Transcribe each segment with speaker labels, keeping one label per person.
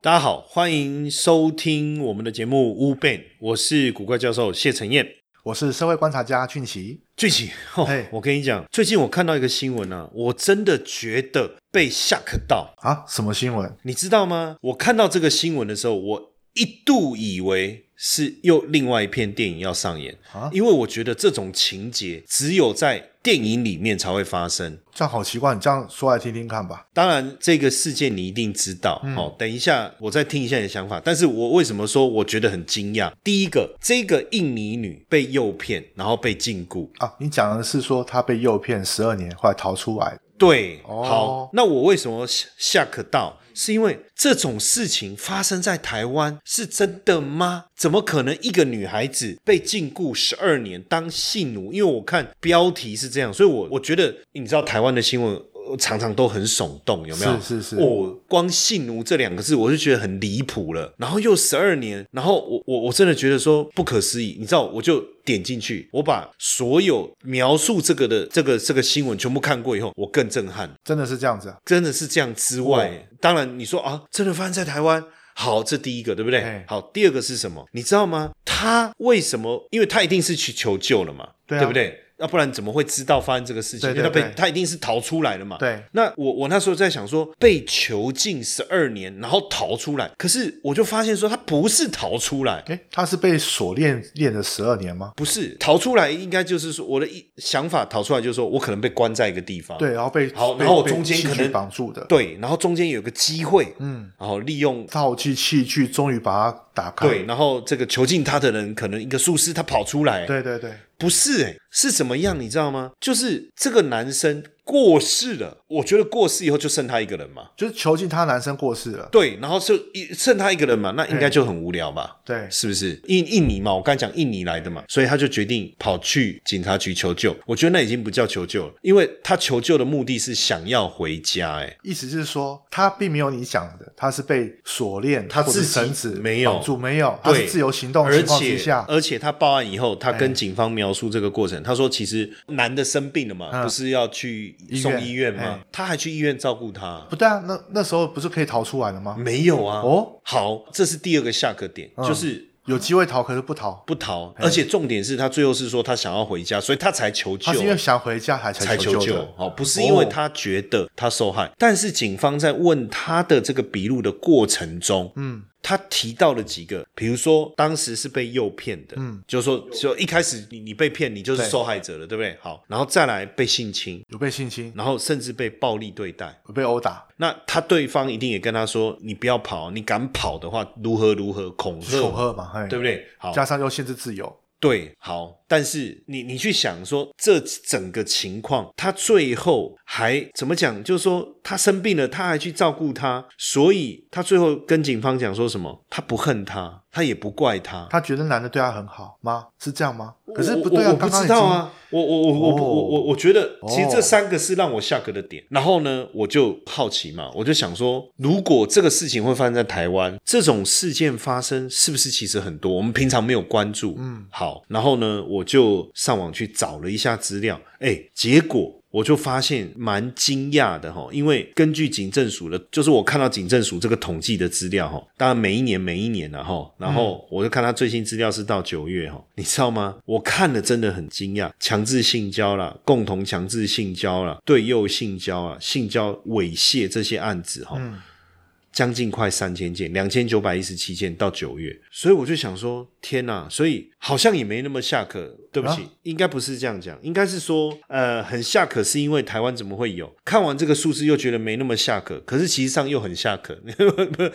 Speaker 1: 大家好，欢迎收听我们的节目《乌 Ben》，我是古怪教授谢承彦。
Speaker 2: 我是社会观察家俊奇。
Speaker 1: 俊奇，哦
Speaker 2: 嘿
Speaker 1: 我跟你讲，最近我看到一个新闻啊，我真的觉得被吓到。
Speaker 2: 啊，什么新闻？
Speaker 1: 你知道吗？我看到这个新闻的时候，我一度以为是又另外一片电影要上演
Speaker 2: 啊
Speaker 1: 因为我觉得这种情节只有在电影里面才会发生。
Speaker 2: 这样好奇怪，你这样说来听听看吧。
Speaker 1: 当然，这个事件你一定知道。哦，等一下我再听一下你的想法。但是我为什么说我觉得很惊讶？第一个，这个印尼女被诱骗，然后被禁锢。
Speaker 2: 啊，你讲的是说他被诱骗十二年，后来逃出来。
Speaker 1: 对，
Speaker 2: 哦
Speaker 1: 好，那我为什么吓吓可到？是因为这种事情发生在台湾是真的吗？怎么可能一个女孩子被禁锢十二年当性奴？因为我看标题是这样，所以我我觉得你知道台湾的新闻。呃常常都很耸动，有没有？
Speaker 2: 是是是
Speaker 1: 我光“性奴”这两个字，我就觉得很离谱了。然后又十二年，然后我我我真的觉得说不可思议。你知道，我就点进去，我把所有描述这个的这个这个新闻全部看过以后，我更震撼，
Speaker 2: 真的是这样子啊？
Speaker 1: 真的是这样之外，
Speaker 2: 哦
Speaker 1: 当然你说啊，真的发生在台湾。好，这第一个对不对
Speaker 2: 嘿？
Speaker 1: 好，第二个是什么？你知道吗？他为什么？因为他一定是去求救了嘛，
Speaker 2: 对啊
Speaker 1: 不对？要不然怎么会知道发生这个事情？
Speaker 2: 对对
Speaker 1: 因为他被
Speaker 2: 对
Speaker 1: 他一定是逃出来了嘛。
Speaker 2: 对，
Speaker 1: 那我我那时候在想说，被囚禁十二年，然后逃出来，可是我就发现说他不是逃出来，
Speaker 2: 诶，他是被锁链链了十二年吗？
Speaker 1: 不是逃出来，应该就是说我的一想法逃出来就是说我可能被关在一个地方，
Speaker 2: 对，然后被
Speaker 1: 好
Speaker 2: 被
Speaker 1: 然后我
Speaker 2: 被
Speaker 1: 中间
Speaker 2: 器
Speaker 1: 可
Speaker 2: 具
Speaker 1: 能
Speaker 2: 绑住的
Speaker 1: 对，然后中间有个机会，嗯，然后利用
Speaker 2: 套具器具，终于把它打开。
Speaker 1: 对，然后这个囚禁他的人可能一个术师他跑出来，
Speaker 2: 对对对，
Speaker 1: 不是、欸，是怎么样，你知道吗？就是这个男生过世了，我觉得过世以后就剩他一个人嘛，
Speaker 2: 就是囚禁他男生过世了。
Speaker 1: 对，然后就一剩他一个人嘛，那应该就很无聊吧。
Speaker 2: 对，
Speaker 1: 是不是印印尼嘛？我刚才讲印尼来的嘛，所以他就决定跑去警察局求救。我觉得那已经不叫求救了，因为他求救的目的是想要回家、欸。
Speaker 2: 意思就是说他并没有你讲的，他是被锁链
Speaker 1: 他
Speaker 2: 或者
Speaker 1: 自己
Speaker 2: 绳子
Speaker 1: 没有
Speaker 2: 绑住，没有，他是
Speaker 1: 对
Speaker 2: 自由行动的
Speaker 1: 而
Speaker 2: 情况之
Speaker 1: 且呃
Speaker 2: 下，
Speaker 1: 而且他报案以后，他跟
Speaker 2: 哎
Speaker 1: 警方描述这个过程，他说其实男的生病了嘛，
Speaker 2: 嗯
Speaker 1: 不是要去
Speaker 2: 医
Speaker 1: 送
Speaker 2: 院
Speaker 1: 医院吗
Speaker 2: 哎？
Speaker 1: 他还去医院照顾他。
Speaker 2: 不对啊，那那时候不是可以逃出来了吗？
Speaker 1: 没有啊，
Speaker 2: 哦，嗯
Speaker 1: 好，这是第二个下课点，就是
Speaker 2: 有机会逃，可是不逃，
Speaker 1: 不逃，
Speaker 2: 哎
Speaker 1: 而且重点是他最后是说他想要回家，所以他才求救啊
Speaker 2: 他是因为想回家还
Speaker 1: 哦才求
Speaker 2: 求
Speaker 1: 救
Speaker 2: 的。，
Speaker 1: 哦，不是因为他觉得他受害，但是警方在问他的这个笔录的过程中，嗯。他提到了几个，比如说当时是被诱骗的，嗯，就是说，就一开始你你被骗，你就是
Speaker 2: 对
Speaker 1: 受害者了，对不对？好，然后再来被性侵，
Speaker 2: 有被性侵，
Speaker 1: 然后甚至被暴力对待，
Speaker 2: 有被殴打，
Speaker 1: 那他对方一定也跟他说，你不要跑，你敢跑的话，如何如何恐吓，
Speaker 2: 恐吓嘛，嘿
Speaker 1: 嗯对不对？好，
Speaker 2: 加上又限制自由，
Speaker 1: 对，好，但是你你去想说这整个情况，他最后还怎么讲？就是说他生病了，他还去照顾他，所以他最后跟警方讲说什么？他不恨他，他也不怪他。
Speaker 2: 他觉得男的对他很好吗？是这样吗？可是
Speaker 1: 我
Speaker 2: 不对啊，
Speaker 1: 我我
Speaker 2: 刚
Speaker 1: 不
Speaker 2: 刚
Speaker 1: 知
Speaker 2: 已
Speaker 1: 道
Speaker 2: 经
Speaker 1: 啊，我我我我
Speaker 2: 哦
Speaker 1: 我我我觉得，其实
Speaker 2: 哦
Speaker 1: 这三个是让我下课的点。然后呢，我就好奇嘛，我就想说，如果这个事情会发生在台湾，这种事件发生是不是其实很多，我们平常没有关注？嗯，好，然后呢，我就上网去找了一下资料，哎，结果。我就发现蛮惊讶的哈，因为根据警政署的，就是我看到警政署这个统计的资料哈，当然每一年每一年了哈，然后我就看他最新资料是到九月哈，你知道吗？我看了真的很惊讶，强制性交啦，共同强制性交啦，对幼性交啊，性交猥亵这些案子哈。将近快三千件，两千九百一十七件到九月，所以我就想说，天呐，所以好像也没那么下课。对不起，
Speaker 2: 啊
Speaker 1: 应该不是这样讲，应该是说，呃，很下课是因为台湾怎么会有？看完这个数字又觉得没那么下课，可是其实上又很下课。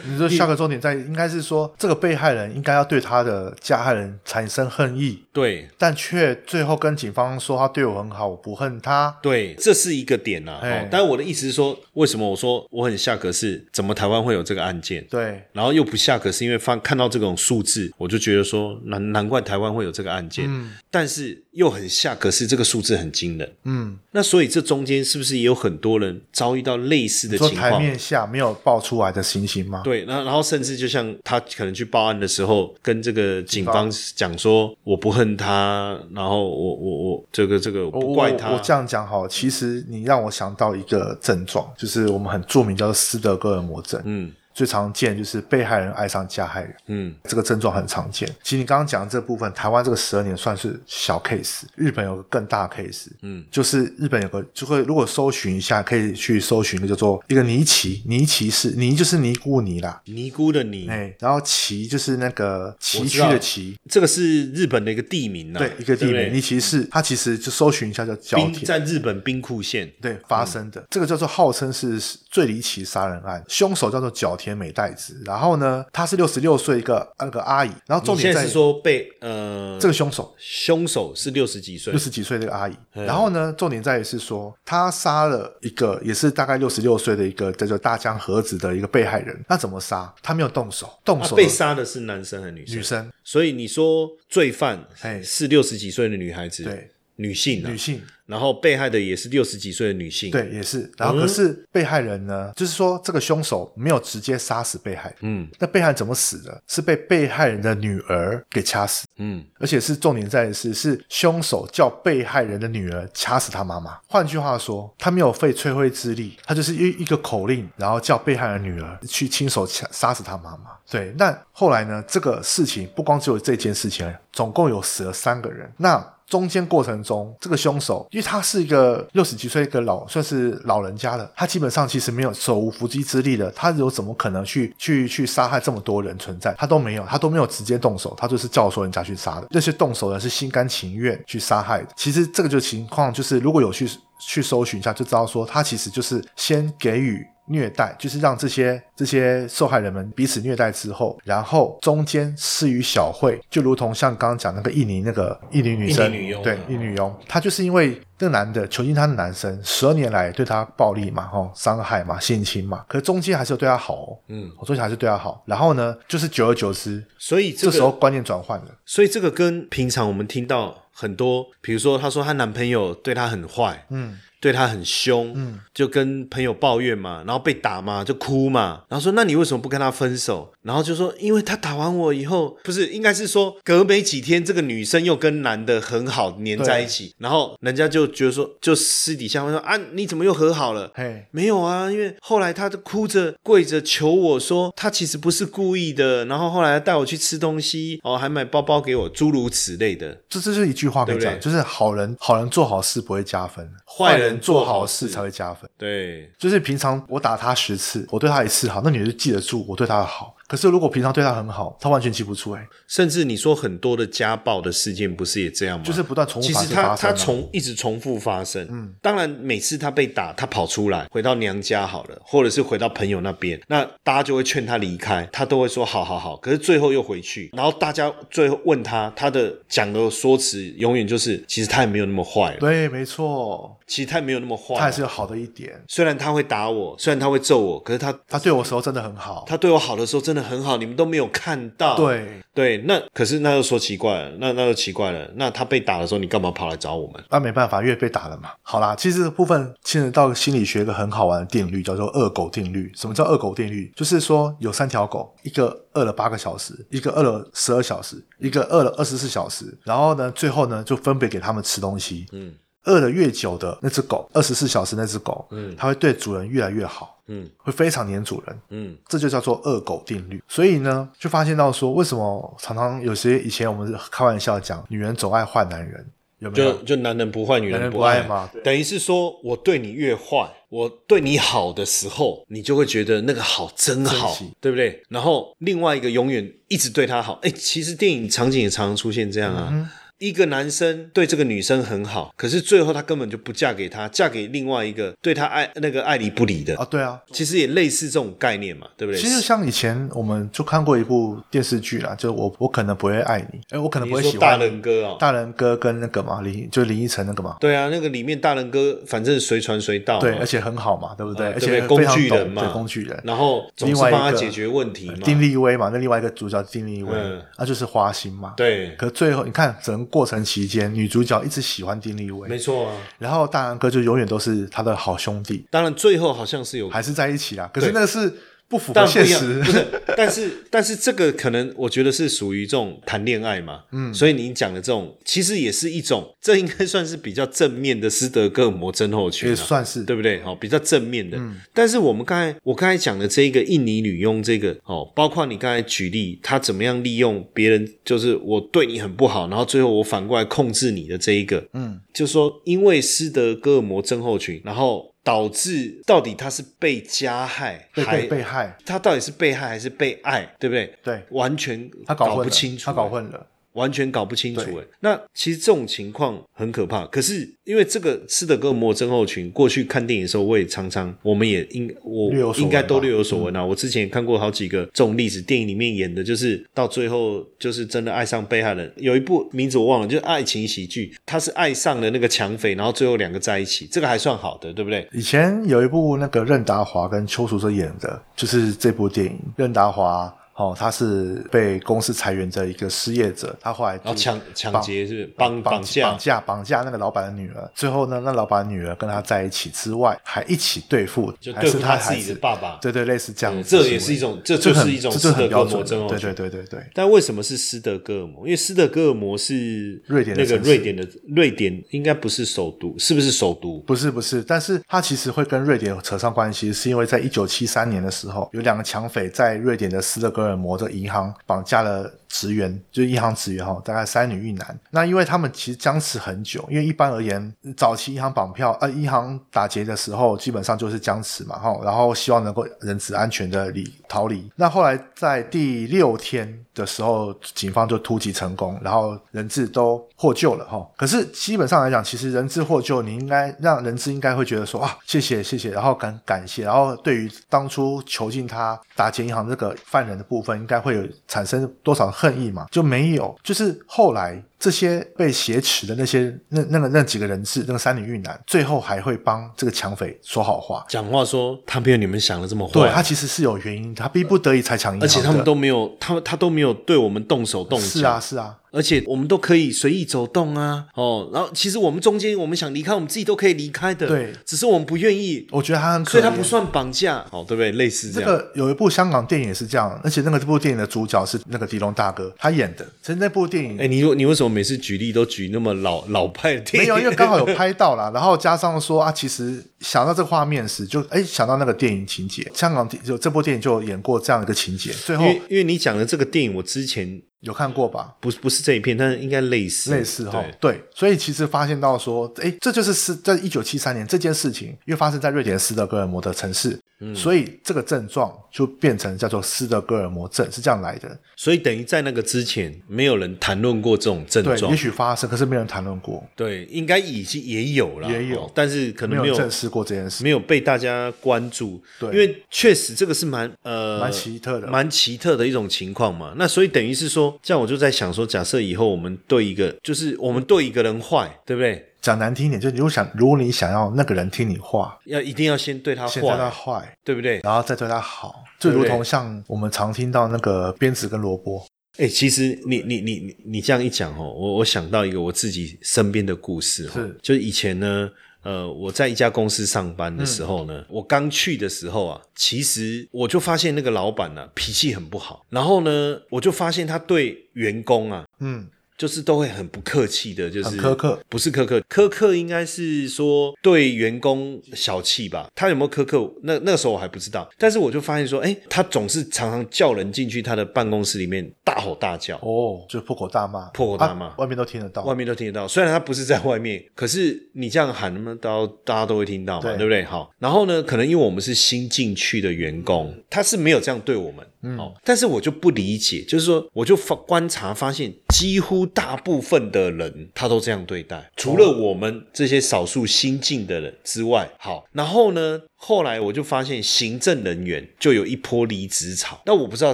Speaker 2: 你说下个重点在应该是说这个被害人应该要对他的加害人产生恨意，
Speaker 1: 对
Speaker 2: 但却最后跟警方说他对我很好，我不恨他。
Speaker 1: 对，这是一个点呐、啊。
Speaker 2: 哎
Speaker 1: 哦，但我的意思是说，为什么我说我很下课是？怎么台湾会会有这个案件。
Speaker 2: 对，
Speaker 1: 然后又不下，可是因为发看到这种数字，我就觉得说难难怪台湾会有这个案件，但是又很下，可是这个数字很惊人。
Speaker 2: 嗯，
Speaker 1: 那所以这中间是不是也有很多人遭遇到类似的
Speaker 2: 说
Speaker 1: 情
Speaker 2: 台
Speaker 1: 况？
Speaker 2: 面下没有爆出来的情形吗？
Speaker 1: 对，然后然后甚至就像他可能去报案的时候，跟这个警
Speaker 2: 方
Speaker 1: 方讲说我不恨他，然后我我我这个这个我
Speaker 2: 我
Speaker 1: 不怪他，
Speaker 2: 我我这样讲好，其实你让我想到一个症状，就是我们很著名叫做斯德哥尔摩症，
Speaker 1: 嗯
Speaker 2: 最常见就是被害人爱上加害人。
Speaker 1: 嗯
Speaker 2: 这个症状很常见。其实你刚刚讲的这部分，台湾这个十二年算是小 case，日本有个更大 case，
Speaker 1: 嗯，
Speaker 2: 就是日本有个就会如果搜寻一下，可以去搜寻一个叫做一个尼奇，尼奇是尼就是尼姑尼啦，
Speaker 1: 尼姑的尼，
Speaker 2: 哎，然后奇就是那个崎
Speaker 1: 嗯
Speaker 2: 岖
Speaker 1: 我知
Speaker 2: 的
Speaker 1: 道
Speaker 2: 崎，
Speaker 1: 这个是日本的一个地名呐、啊，
Speaker 2: 对，一个地
Speaker 1: 对
Speaker 2: 名，
Speaker 1: 不
Speaker 2: 尼
Speaker 1: 对
Speaker 2: 奇是它其实就搜寻一下叫角
Speaker 1: 兵
Speaker 2: 田。
Speaker 1: 在日本兵库县，
Speaker 2: 对发生的、这个叫做号称是最离奇杀人案，凶手叫做角田美代子。然后呢，她是六十六岁一个呃那个阿姨。然后重
Speaker 1: 你现
Speaker 2: 点
Speaker 1: 在
Speaker 2: 在
Speaker 1: 是
Speaker 2: 于
Speaker 1: 说被呃
Speaker 2: 这个凶手
Speaker 1: 凶手是六十几岁
Speaker 2: 六，十几岁的一个阿姨。然后呢，重点在于是说，她杀了一个也是大概六十六岁的一个叫做大江和子的一个被害人。那怎么杀？她没有动手，动
Speaker 1: 啊
Speaker 2: 手的
Speaker 1: 被杀的是男生还是女生？
Speaker 2: 女生，
Speaker 1: 所以你说罪犯
Speaker 2: 哎
Speaker 1: 是六十几岁的女孩子，
Speaker 2: 对，
Speaker 1: 女性、啊，
Speaker 2: 女性。
Speaker 1: 然后被害的也是六十几岁的女性，，
Speaker 2: 对，也是。
Speaker 1: 嗯
Speaker 2: 然后可是被害人呢，就是说这个凶手没有直接杀死被害人，
Speaker 1: 嗯
Speaker 2: 那被害人怎么死的？是被被害人的女儿给掐死。
Speaker 1: 嗯，
Speaker 2: 而且是重点在于是，是凶手叫被害人的女儿掐死他妈妈。换句话说，他没有费吹灰之力，他就是一一个口令，然后叫被害人女儿去亲手掐杀死他妈妈。对，那后来呢？这个事情不光只有这件事情而已，总共有死了三个人。那中间过程中，这个凶手，因为他是一个六十几岁一个老，算是老人家了，他基本上其实没有手无缚鸡之力的，他有怎么可能去去去杀害这么多人存在？他都没有，他都没有直接动手，他就是教唆人家去杀的。那些动手的人是心甘情愿去杀害的。其实这个就情况就是，如果有去去搜寻一下，就知道说他其实就是先给予虐待，就是让这些这些受害人们彼此虐待之后，然后中间施予小惠，就如同像刚刚讲那个印尼那个印尼女生，
Speaker 1: 印尼女佣
Speaker 2: 对
Speaker 1: 嗯
Speaker 2: 印尼女佣，她就是因为那男的囚禁她的男生十二年来对她暴力嘛，吼伤害嘛，性侵嘛，可是中间还是有对她好、哦，
Speaker 1: 嗯，
Speaker 2: 我中间还是对她好，然后呢，就是久而久之，
Speaker 1: 所以这
Speaker 2: 这
Speaker 1: 个
Speaker 2: 时候观念转换了，
Speaker 1: 所以这个跟平常我们听到很多，比如说她说她男朋友对她很坏，
Speaker 2: 嗯，
Speaker 1: 对她很凶，嗯，就跟朋友抱怨嘛，然后被打嘛，就哭嘛，然后说那你为什么不跟他分手？然后就说因为他打完我以后，不是应该是说隔没几天，这个女生又跟男的很好黏在一起，然后人家就觉得说，就私底下会说啊你怎么又和好了？
Speaker 2: 嘿，
Speaker 1: 没有啊，因为后来他就哭着跪着求我说，他其实不是故意的。然后后来带我去吃东西，哦，还买包包给我，诸如此类的。
Speaker 2: 这这就是一句话可以
Speaker 1: 对
Speaker 2: 讲，
Speaker 1: 不对
Speaker 2: 就是好人好人做好事不会加分，
Speaker 1: 坏人
Speaker 2: 做
Speaker 1: 做好
Speaker 2: 好事
Speaker 1: 事
Speaker 2: 才会加分。
Speaker 1: 对，
Speaker 2: 就是平常我打他十次，我对他一次好，那你就记得住我对他的好。可是如果平常对他很好，他完全记不住、欸，哎，
Speaker 1: 甚至你说很多的家暴的事件，不是也这样吗？
Speaker 2: 就是不断重复
Speaker 1: 其
Speaker 2: 发
Speaker 1: 实
Speaker 2: 生
Speaker 1: 他
Speaker 2: 发生
Speaker 1: 他
Speaker 2: 啊。
Speaker 1: 重一直重复发生，嗯，当然每次他被打，他跑出来回到娘家好了，或者是回到朋友那边，那大家就会劝他离开，他都会说好好好，可是最后又回去，然后大家最后问他，他的讲的说辞永远就是，其实他也没有那么坏，啊
Speaker 2: 对，没错，
Speaker 1: 其实他也没有那么坏，
Speaker 2: 他还是有好的一点。
Speaker 1: 虽然他会打我，虽然他会揍我，可是他
Speaker 2: 他对我时候真的很好，
Speaker 1: 他对我好的时候真的很好，你们都没有看到，
Speaker 2: 对，
Speaker 1: 对，那可是那就说奇怪了，那那就奇怪了，那他被打的时候，你干嘛跑来找我们？
Speaker 2: 那没办法，因为被打了嘛。好啦，其实这部分牵扯到心理学一个很好玩的定律，叫做饿狗定律。什么叫饿狗定律？就是说有三条狗，一个饿了八个小时，一个饿了十二小时，一个饿了二十四小时，然后呢，最后呢就分别给它们吃东西。
Speaker 1: 嗯
Speaker 2: 饿得越久的那只狗，二十四小时那只狗，
Speaker 1: 嗯
Speaker 2: 它会对主人越来越好，
Speaker 1: 嗯
Speaker 2: 会非常黏主人。
Speaker 1: 嗯
Speaker 2: 这就叫做恶狗定律。所以呢，就发现到说，为什么常常有些以前我们开玩笑讲，女人总爱坏男人，有没
Speaker 1: 就
Speaker 2: 有？
Speaker 1: 就男人不坏，女
Speaker 2: 男人
Speaker 1: 不
Speaker 2: 不爱
Speaker 1: 爱
Speaker 2: 嘛对
Speaker 1: 等于是说，我对你越坏，我对你好的时候，你就会觉得那个好真好
Speaker 2: 珍惜，
Speaker 1: 对不对？
Speaker 2: 嗯
Speaker 1: 然后另外一个永远一直对他好，哎，其实电影场景也常常出现这样啊。一个男生对这个女生很好，可是最后他根本就不嫁给他，嫁给另外一个对他爱那个爱理不理的
Speaker 2: 啊，，对啊，
Speaker 1: 其实也类似这种概念嘛，对不对？
Speaker 2: 其实像以前我们就看过一部电视剧啦，就我我可能不会爱你，哎，我可能
Speaker 1: 你
Speaker 2: 不会
Speaker 1: 说
Speaker 2: 喜
Speaker 1: 大
Speaker 2: 欢
Speaker 1: 人哥啊、
Speaker 2: 大人哥跟那个嘛林，就林依晨那个嘛，
Speaker 1: 对啊，那个里面大人哥反正随传随到嘛，
Speaker 2: 对，而且很好嘛，对不对？
Speaker 1: 呃
Speaker 2: 而
Speaker 1: 对哦不对
Speaker 2: 且非常
Speaker 1: 工具人
Speaker 2: 懂
Speaker 1: 嘛
Speaker 2: 对工具人。
Speaker 1: 然后总是
Speaker 2: 另外
Speaker 1: 帮
Speaker 2: 一个
Speaker 1: 他解决问题嘛，
Speaker 2: 丁立威嘛，那另外一个主角丁立威，
Speaker 1: 嗯
Speaker 2: 那就是花心嘛。。
Speaker 1: 对，
Speaker 2: 可最后你看，整个过程期间，女主角一直喜欢丁立
Speaker 1: 没
Speaker 2: 威，
Speaker 1: 错啊。
Speaker 2: 然后大人哥就永远都是他的好兄弟，
Speaker 1: 当然最后好像是有
Speaker 2: 还是在一起啦。啊可是
Speaker 1: 对
Speaker 2: 那个是不符合
Speaker 1: 但不
Speaker 2: 现
Speaker 1: 一样，不
Speaker 2: 实，
Speaker 1: 是，但是但是这个可能我觉得是属于这种谈恋爱嘛，嗯，所以你讲的这种其实也是一种，这应该算是比较正面的斯德哥尔摩症候群、
Speaker 2: 也
Speaker 1: 啊，
Speaker 2: 算是
Speaker 1: 对不对？好、比较正面的。
Speaker 2: 嗯
Speaker 1: 但是我们刚才我刚才讲的这一个印尼女佣，这个哦，包括你刚才举例，她怎么样利用别人，就是我对你很不好，然后最后我反过来控制你的这一个，嗯，就说因为斯德哥尔摩症候群，然后导致到底她是被加害，
Speaker 2: 被
Speaker 1: 还
Speaker 2: 被被害，
Speaker 1: 他到底是被害还是被爱，对不对？
Speaker 2: 对
Speaker 1: 完全
Speaker 2: 他
Speaker 1: 搞
Speaker 2: 混
Speaker 1: 不
Speaker 2: 了，
Speaker 1: 清楚，
Speaker 2: 他搞混了。
Speaker 1: 完全搞不清楚
Speaker 2: 对
Speaker 1: 哎。那其实这种情况很可怕。可是因为这个斯德哥尔摩症候群，过去看电影的时候，我也常常，我们也应我
Speaker 2: 略有所闻吧嗯
Speaker 1: 应该都略有所闻啊。我之前也看过好几个这种例子，电影里面演的就是到最后就是真的爱上被害人。有一部名字我忘了，就是爱情喜剧，他是爱上了那个抢匪，然后最后两个在一起，这个还算好的，对不对？
Speaker 2: 以前有一部那个任达华跟邱淑贞演的，就是这部电影。任达华哦，他是被公司裁员的一个失业者，他后来就
Speaker 1: 然后抢抢
Speaker 2: 绑
Speaker 1: 劫是不是绑
Speaker 2: 绑
Speaker 1: 架
Speaker 2: 绑架绑架那个老板的女儿，最后呢，那老板女儿跟他在一起之外，还一起对付，
Speaker 1: 就
Speaker 2: 还
Speaker 1: 对付
Speaker 2: 是他
Speaker 1: 他自己
Speaker 2: 孩
Speaker 1: 的
Speaker 2: 子
Speaker 1: 爸爸
Speaker 2: 对对，类似这样
Speaker 1: 嗯
Speaker 2: 子
Speaker 1: 这
Speaker 2: 的
Speaker 1: 也
Speaker 2: 行
Speaker 1: 是一
Speaker 2: 为
Speaker 1: 种，这
Speaker 2: 这
Speaker 1: 就
Speaker 2: 很
Speaker 1: 是一种
Speaker 2: 这
Speaker 1: 斯
Speaker 2: 就
Speaker 1: 德
Speaker 2: 很
Speaker 1: 哥
Speaker 2: 标
Speaker 1: 尔摩
Speaker 2: 准
Speaker 1: 症
Speaker 2: 的，
Speaker 1: 候
Speaker 2: 对
Speaker 1: 群。
Speaker 2: 对对对对。
Speaker 1: 但为什么是斯德哥尔摩？因为斯德哥尔摩是
Speaker 2: 瑞典的
Speaker 1: 那个
Speaker 2: 城市
Speaker 1: 瑞典的瑞典应该不是首都，是不是首都？
Speaker 2: 不是不是，但是它其实会跟瑞典扯上关系，是因为在一九七三年的时候，有两个抢匪在瑞典的斯德哥尔摩的银行绑架了职员，就是银行职员哈，大概三女一男。那因为他们其实僵持很久，因为一般而言，早期银行绑票呃银行打劫的时候，基本上就是僵持嘛哈，然后希望能够人质安全的离逃离。那后来在第六天的时候，警方就突击成功，然后人质都获救了哈。可是基本上来讲，其实人质获救，你应该让人质应该会觉得说啊，谢谢谢谢，然后感感谢，然后对于当初囚禁他打劫银行这个犯人的部分，应该会有产生多少恨意嘛？就没有，就是后来这些被挟持的那些那那个那几个人质，那个三女一男，最后还会帮这个抢匪说好话。
Speaker 1: 讲话说他没有你们想的这么
Speaker 2: 对他
Speaker 1: 坏，
Speaker 2: 其实是有原因，他逼不得已才抢银
Speaker 1: 啊
Speaker 2: 行
Speaker 1: 而
Speaker 2: 的，
Speaker 1: 且他们都没有，他他都没有对我们动手动脚，
Speaker 2: 是啊是啊，
Speaker 1: 而且我们都可以随意走动啊，哦，然后其实我们中间我们想离开，我们自己都可以离开的，
Speaker 2: 对
Speaker 1: 只是我们不愿意，
Speaker 2: 我觉得他很可
Speaker 1: 所以他
Speaker 2: 怜
Speaker 1: 不算绑架，哦，对不对？类似这
Speaker 2: 这
Speaker 1: 样，
Speaker 2: 个有一部香港电影也是这样，而且那个这部电影的主角是那个狄龙大哥，他演的。其实那部电影、
Speaker 1: 哦哎，你你为什么每次举例都举那么老老派的电
Speaker 2: 没
Speaker 1: 影？
Speaker 2: 有，因为刚好有拍到啦，然 后加上说啊，其实想到这个画面时，就哎想到那个电影情节，香港就这部电影就演过这样一个情节，最后
Speaker 1: 因为因为你讲的这个电影，我之前
Speaker 2: 有看过吧？
Speaker 1: 不是不是这一片，但是应该类似
Speaker 2: 类似哈
Speaker 1: 对，
Speaker 2: 对，所以其实发现到说，哎，这就是斯在一九七三年这件事情，因为发生在瑞典斯德哥尔摩的城市，
Speaker 1: 嗯
Speaker 2: 所以这个症状就变成叫做斯德哥尔摩症，是这样来的。
Speaker 1: 所以等于在那个之前，没有人谈论过这种症
Speaker 2: 对，
Speaker 1: 状
Speaker 2: 也。许发生，可是没人谈论过。
Speaker 1: 对，应该已经也有了，
Speaker 2: 也有
Speaker 1: 哦但是可能
Speaker 2: 没
Speaker 1: 没有
Speaker 2: 有正视过这件事。
Speaker 1: 没有被大家关注。
Speaker 2: 对
Speaker 1: 因为确实这个是蛮呃
Speaker 2: 蛮奇特的
Speaker 1: 蛮奇特的一种情况嘛。那所以等于是说，这样我就在想说，假设以后我们对一个，就是我们对一个人坏，对不对？
Speaker 2: 讲难听一点，就是如果想，如果你想要那个人听你话，
Speaker 1: 要一定要先对他
Speaker 2: 先对他
Speaker 1: 坏，
Speaker 2: 坏，
Speaker 1: 对不对？
Speaker 2: 然后再对他好，就
Speaker 1: 对不
Speaker 2: 如
Speaker 1: 对
Speaker 2: 同像我们常听到那个鞭子跟萝卜，
Speaker 1: 哎、其实你你你你你这样一讲哦，我我想到一个我自己身边的故事哦
Speaker 2: 是，
Speaker 1: 就是以前呢，呃，我在一家公司上班的时
Speaker 2: 嗯
Speaker 1: 候呢，我刚去的时候啊，其实我就发现那个老板呢、啊脾气很不好，然后呢，我就发现他对员工啊，
Speaker 2: 嗯，
Speaker 1: 就是都会很不客气的，就是
Speaker 2: 很苛刻，
Speaker 1: 不是苛刻，苛刻应该是说对员工小气吧？他有没有苛刻？那那时候我还不知道，但是我就发现说，哎，他总是常常叫人进去他的办公室里面大吼大叫。
Speaker 2: 哦，就破口大骂，
Speaker 1: 破口大骂
Speaker 2: 啊外面都听得到，
Speaker 1: 外面都听得到，虽然他不是在外面，可是你这样喊，那么到大家都会听到嘛，
Speaker 2: 对
Speaker 1: 对不对？好，然后呢，可能因为我们是新进去的员工，他是没有这样对我们，
Speaker 2: 嗯
Speaker 1: 哦，但是我就不理解，就是说，我就发观察发现，几乎大部分的人他都这样对
Speaker 2: 哦
Speaker 1: 待，除了我们这些少数新进的人之外。好，然后呢，后来我就发现行政人员就有一波离职潮，那我不知道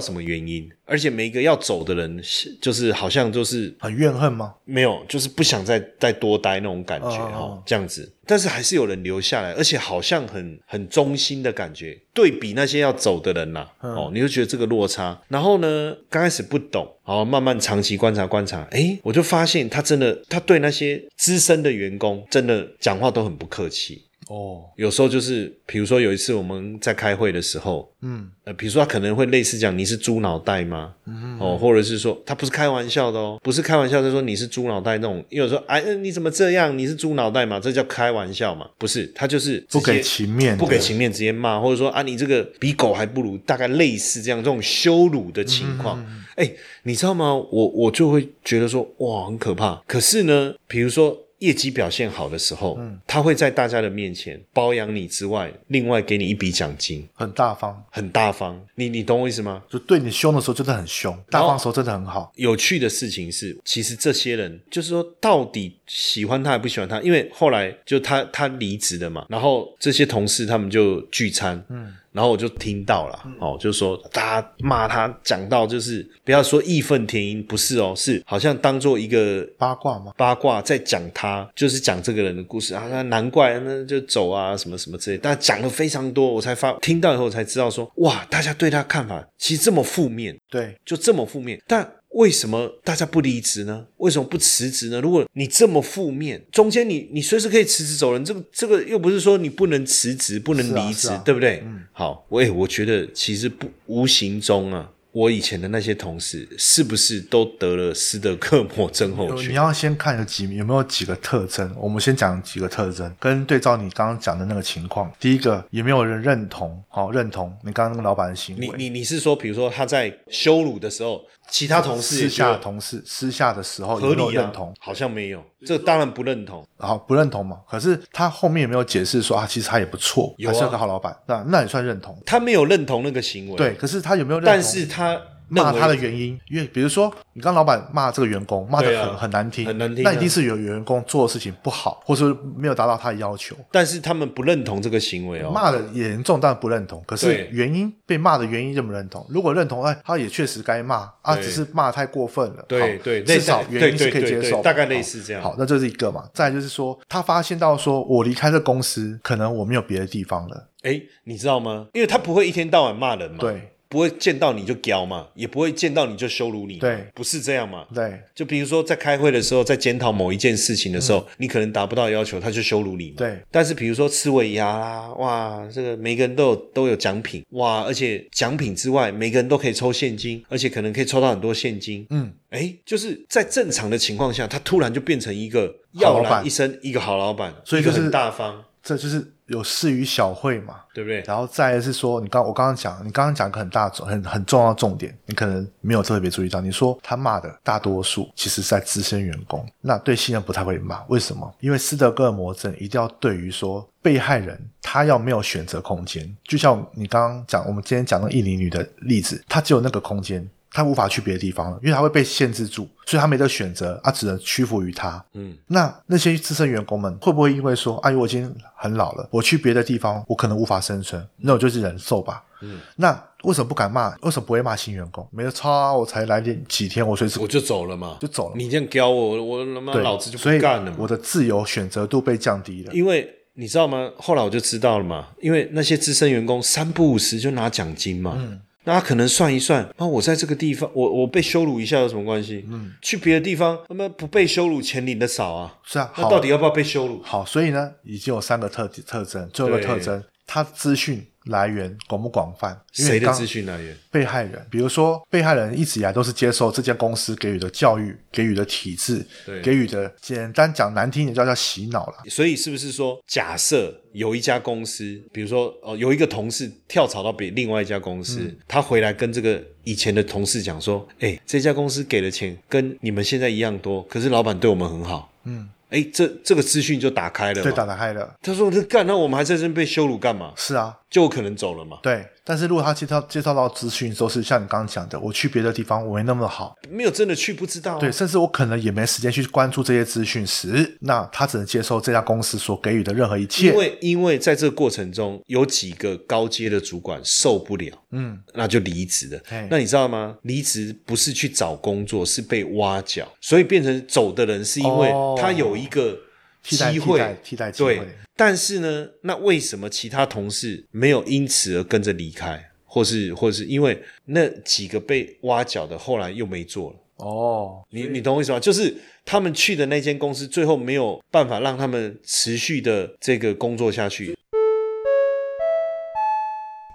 Speaker 1: 什么原因，而且每一个要走的人是，就是好像就是
Speaker 2: 很怨恨吗？
Speaker 1: 没有，就是不想再再多待那种感觉
Speaker 2: 哦
Speaker 1: 哈、哦，这样子。但是还是有人留下来，而且好像很很忠心的感觉。对比那些要走的人啦、
Speaker 2: 嗯
Speaker 1: 哦，你就觉得这个落差。然后呢，刚开始不懂，然后慢慢长期观察观察，诶，我就发现他真的，他对那些资深的员工真的讲话都很不客气。
Speaker 2: 哦，
Speaker 1: 有时候就是，比如说有一次我们在开会的时候，
Speaker 2: 嗯，
Speaker 1: 呃，比如说他可能会类似讲你是猪脑袋吗？哦，或者是说他不是开玩笑的哦，不是开玩笑，他说你是猪脑袋那种，又有时候哎、呃你怎么这样？你是猪脑袋吗？这叫开玩笑嘛？不是，他就是
Speaker 2: 不给
Speaker 1: 情
Speaker 2: 情面，
Speaker 1: 不给，情面直接骂，或者说啊你这个比狗还不如，大概类似这样这种羞辱的情况。哎、你知道吗？我我就会觉得说哇很可怕。可是呢，比如说。业绩表现好的时候，他会在大家的面前包养你之外，另外给你一笔奖金。
Speaker 2: 很大方，
Speaker 1: 很大方，你你懂我意思吗？
Speaker 2: 就对你凶的时候真的很凶，大方的时候真的很好。
Speaker 1: 有趣的事情是，其实这些人就是说，到底喜欢他还不喜欢他？因为后来就他他离职了嘛，然后这些同事他们就聚餐，嗯，然后我就听到了，哦，就说大家骂他，讲到就是不要说义愤填膺，不是哦，是好像当做一个
Speaker 2: 八卦吗？
Speaker 1: 八卦在讲他，就是讲这个人的故事啊，那难怪那就走啊，什么什么之类的，但讲了非常多，我才发听到以后才知道说，哇，大家对他看法其实这么负面，
Speaker 2: 对，
Speaker 1: 就这么负面，但。为什么大家不离职呢？为什么不辞职呢？如果你这么负面，中间你你随时可以辞职走人，这个这个又不是说你不能辞职、不能
Speaker 2: 是啊
Speaker 1: 离
Speaker 2: 是
Speaker 1: 职，
Speaker 2: 啊
Speaker 1: 对不对？好，我也我觉得其实不无形中啊，我以前的那些同事是不是都得了斯德克摩症候
Speaker 2: 呃你
Speaker 1: 群？
Speaker 2: 要先看有几有没有几个特征，我们先讲几个特征，跟对照你刚刚讲的那个情况。第一个，有没有人认同？好、认同你刚刚那个老板的行
Speaker 1: 你
Speaker 2: 为。
Speaker 1: 你你是说，比如说他在羞辱的时候，其他同事也
Speaker 2: 私下
Speaker 1: 觉
Speaker 2: 的
Speaker 1: 得
Speaker 2: 同事私下的时候有
Speaker 1: 合
Speaker 2: 没有
Speaker 1: 理啊
Speaker 2: 认同？
Speaker 1: 好像没有，这当然不认同。
Speaker 2: 然后不认同嘛？可是他后面有没有解释说啊，其实他也不错，
Speaker 1: 有啊
Speaker 2: 还是个好老板？那那也算认同。
Speaker 1: 他没有认同那个行为，
Speaker 2: 对，，可是他有没有认同？
Speaker 1: 但是他认
Speaker 2: 骂
Speaker 1: 为
Speaker 2: 他的原因，因为比如说你刚老板骂这个员工骂的
Speaker 1: 对
Speaker 2: 很、
Speaker 1: 啊
Speaker 2: 很难听，
Speaker 1: 很难听啊
Speaker 2: 那一定是有员工做的事情不好，或是没有达到他的要求。
Speaker 1: 但是他们不认同这个行为哦。
Speaker 2: 骂的严重，但不认同。可是
Speaker 1: 对
Speaker 2: 原因被骂的原因认不认同？如果认同，哎，他也确实该骂啊，
Speaker 1: 对
Speaker 2: 只是骂太过分了。
Speaker 1: 对
Speaker 2: 好
Speaker 1: 对类似
Speaker 2: 至少原因是可
Speaker 1: 对
Speaker 2: 以
Speaker 1: 对
Speaker 2: 接
Speaker 1: 对
Speaker 2: 受
Speaker 1: 对
Speaker 2: 嘛，
Speaker 1: 大概
Speaker 2: 好
Speaker 1: 类似这样
Speaker 2: 好，那这是一个嘛。再来就是说，他发现到说我离开这公司，可能我没有别的地方了。
Speaker 1: 哎，你知道吗？因为他不会一天到晚骂人嘛，，
Speaker 2: 对
Speaker 1: 不会见到你就屌嘛，也不会见到你就羞辱你嘛，
Speaker 2: 对
Speaker 1: 不是这样嘛？
Speaker 2: 对
Speaker 1: 就比如说在开会的时候，在检讨某一件事情的时候，你可能达不到要求，他就羞辱你嘛。
Speaker 2: 嗯对，
Speaker 1: 但是比如说吃尾牙啦，哇，这个每个人都有都有奖品，哇，而且奖品之外，每个人都可以抽现金，而且可能可以抽到很多现金。
Speaker 2: 嗯，
Speaker 1: 哎，就是在正常的情况下，他突然就变成一个耀
Speaker 2: 好老板
Speaker 1: 然一身一个好老板，
Speaker 2: 所以
Speaker 1: 一个
Speaker 2: 就是
Speaker 1: 很大方，
Speaker 2: 这就是有事于小惠嘛。
Speaker 1: 对不对？
Speaker 2: 然后再来是说，你刚我刚刚讲，你刚刚讲一个很大重很很重要的重点，你可能没有特别注意到。你说他骂的大多数其实是在资深员工，那对新人不太会骂，为什么？因为斯德哥尔摩症一定要对于说被害人他要没有选择空间，就像你刚刚讲，我们今天讲的印尼女的例子，她只有那个空间。她无法去别的地方了，因为她会被限制住，所以她没得选择，她只能屈服于他。那那些资深员工们会不会因为说，哎，我已经很老了，我去别的地方，我可能无法生存，那我就是忍受吧。嗯，那为什么不敢骂？为什么不会骂新员工？没得差啊，我才来点几天，我随时
Speaker 1: 我就走了嘛，
Speaker 2: 就走了
Speaker 1: 你这样教我，我他妈
Speaker 2: 对，
Speaker 1: 老子就不
Speaker 2: 所以
Speaker 1: 干了嘛
Speaker 2: 我。的自由选择度被降低了。
Speaker 1: 因为你知道吗？后来我就知道了嘛，因为那些资深员工三不五时就拿奖金嘛。
Speaker 2: 嗯
Speaker 1: 那他可能算一算，那我在这个地方，我我被羞辱一下有什么关系？嗯，去别的地方，他妈不被羞辱钱领的少啊。
Speaker 2: 是啊，好
Speaker 1: 那，到底要不要被羞辱？
Speaker 2: 好，所以呢，已经有三个特特征，最后一个
Speaker 1: 对
Speaker 2: 特征，它资讯来源广不广泛？因为
Speaker 1: 谁的
Speaker 2: 刚
Speaker 1: 资讯来源？
Speaker 2: 被害人，比如说被害人一直以来都是接受这间公司给予的教育、给予的体制、
Speaker 1: 对
Speaker 2: 给予的简单讲难听一点叫叫洗脑了。
Speaker 1: 所以是不是说，假设有一家公司，比如说哦，有一个同事跳槽到别另外一家公司，他回来跟这个以前的同事讲说，哎，这家公司给的钱跟你们现在一样多，可是老板对我们很好，嗯，哎，这这个资讯就打开了嘛，
Speaker 2: 对，打打开了，
Speaker 1: 他说：“这干，那我们还在这边被羞辱干嘛？
Speaker 2: 是啊，
Speaker 1: 就有可能走了嘛。
Speaker 2: 对，但是如果他接到接到到资讯都是像你刚刚讲的，我去别的地方我没那么好，
Speaker 1: 没有真的去不知道、啊。
Speaker 2: 对，甚至我可能也没时间去关注这些资讯时，那他只能接受这家公司所给予的任何一切
Speaker 1: 因。为因为在这个过程中，有几个高阶的主管受不了，
Speaker 2: 嗯，
Speaker 1: 那就离职了
Speaker 2: 嘿。
Speaker 1: 那你知道吗？离职不是去找工作，是被挖角，所以变成走的人是因为
Speaker 2: 哦
Speaker 1: 他有一个
Speaker 2: 替代
Speaker 1: 机
Speaker 2: 替
Speaker 1: 会
Speaker 2: 代替代机
Speaker 1: 对
Speaker 2: 会，，
Speaker 1: 但是呢，那为什么其他同事没有因此而跟着离开，或是或是因为那几个被挖角的后来又没做了？
Speaker 2: 哦，
Speaker 1: 你你懂我意思吗？就是他们去的那间公司，最后没有办法让他们持续的这个工作下去。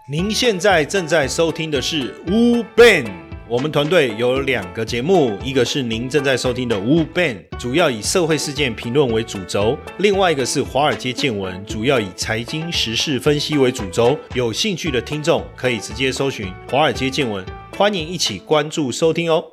Speaker 1: 您现在正在收听的是 Wu Ben。我们团队有两个节目，一个是您正在收听的 Wu Ben，主要以社会事件评论为主轴；另外一个是华尔街见闻，主要以财经时事分析为主轴。有兴趣的听众可以直接搜寻华尔街见闻，欢迎一起关注收听哦。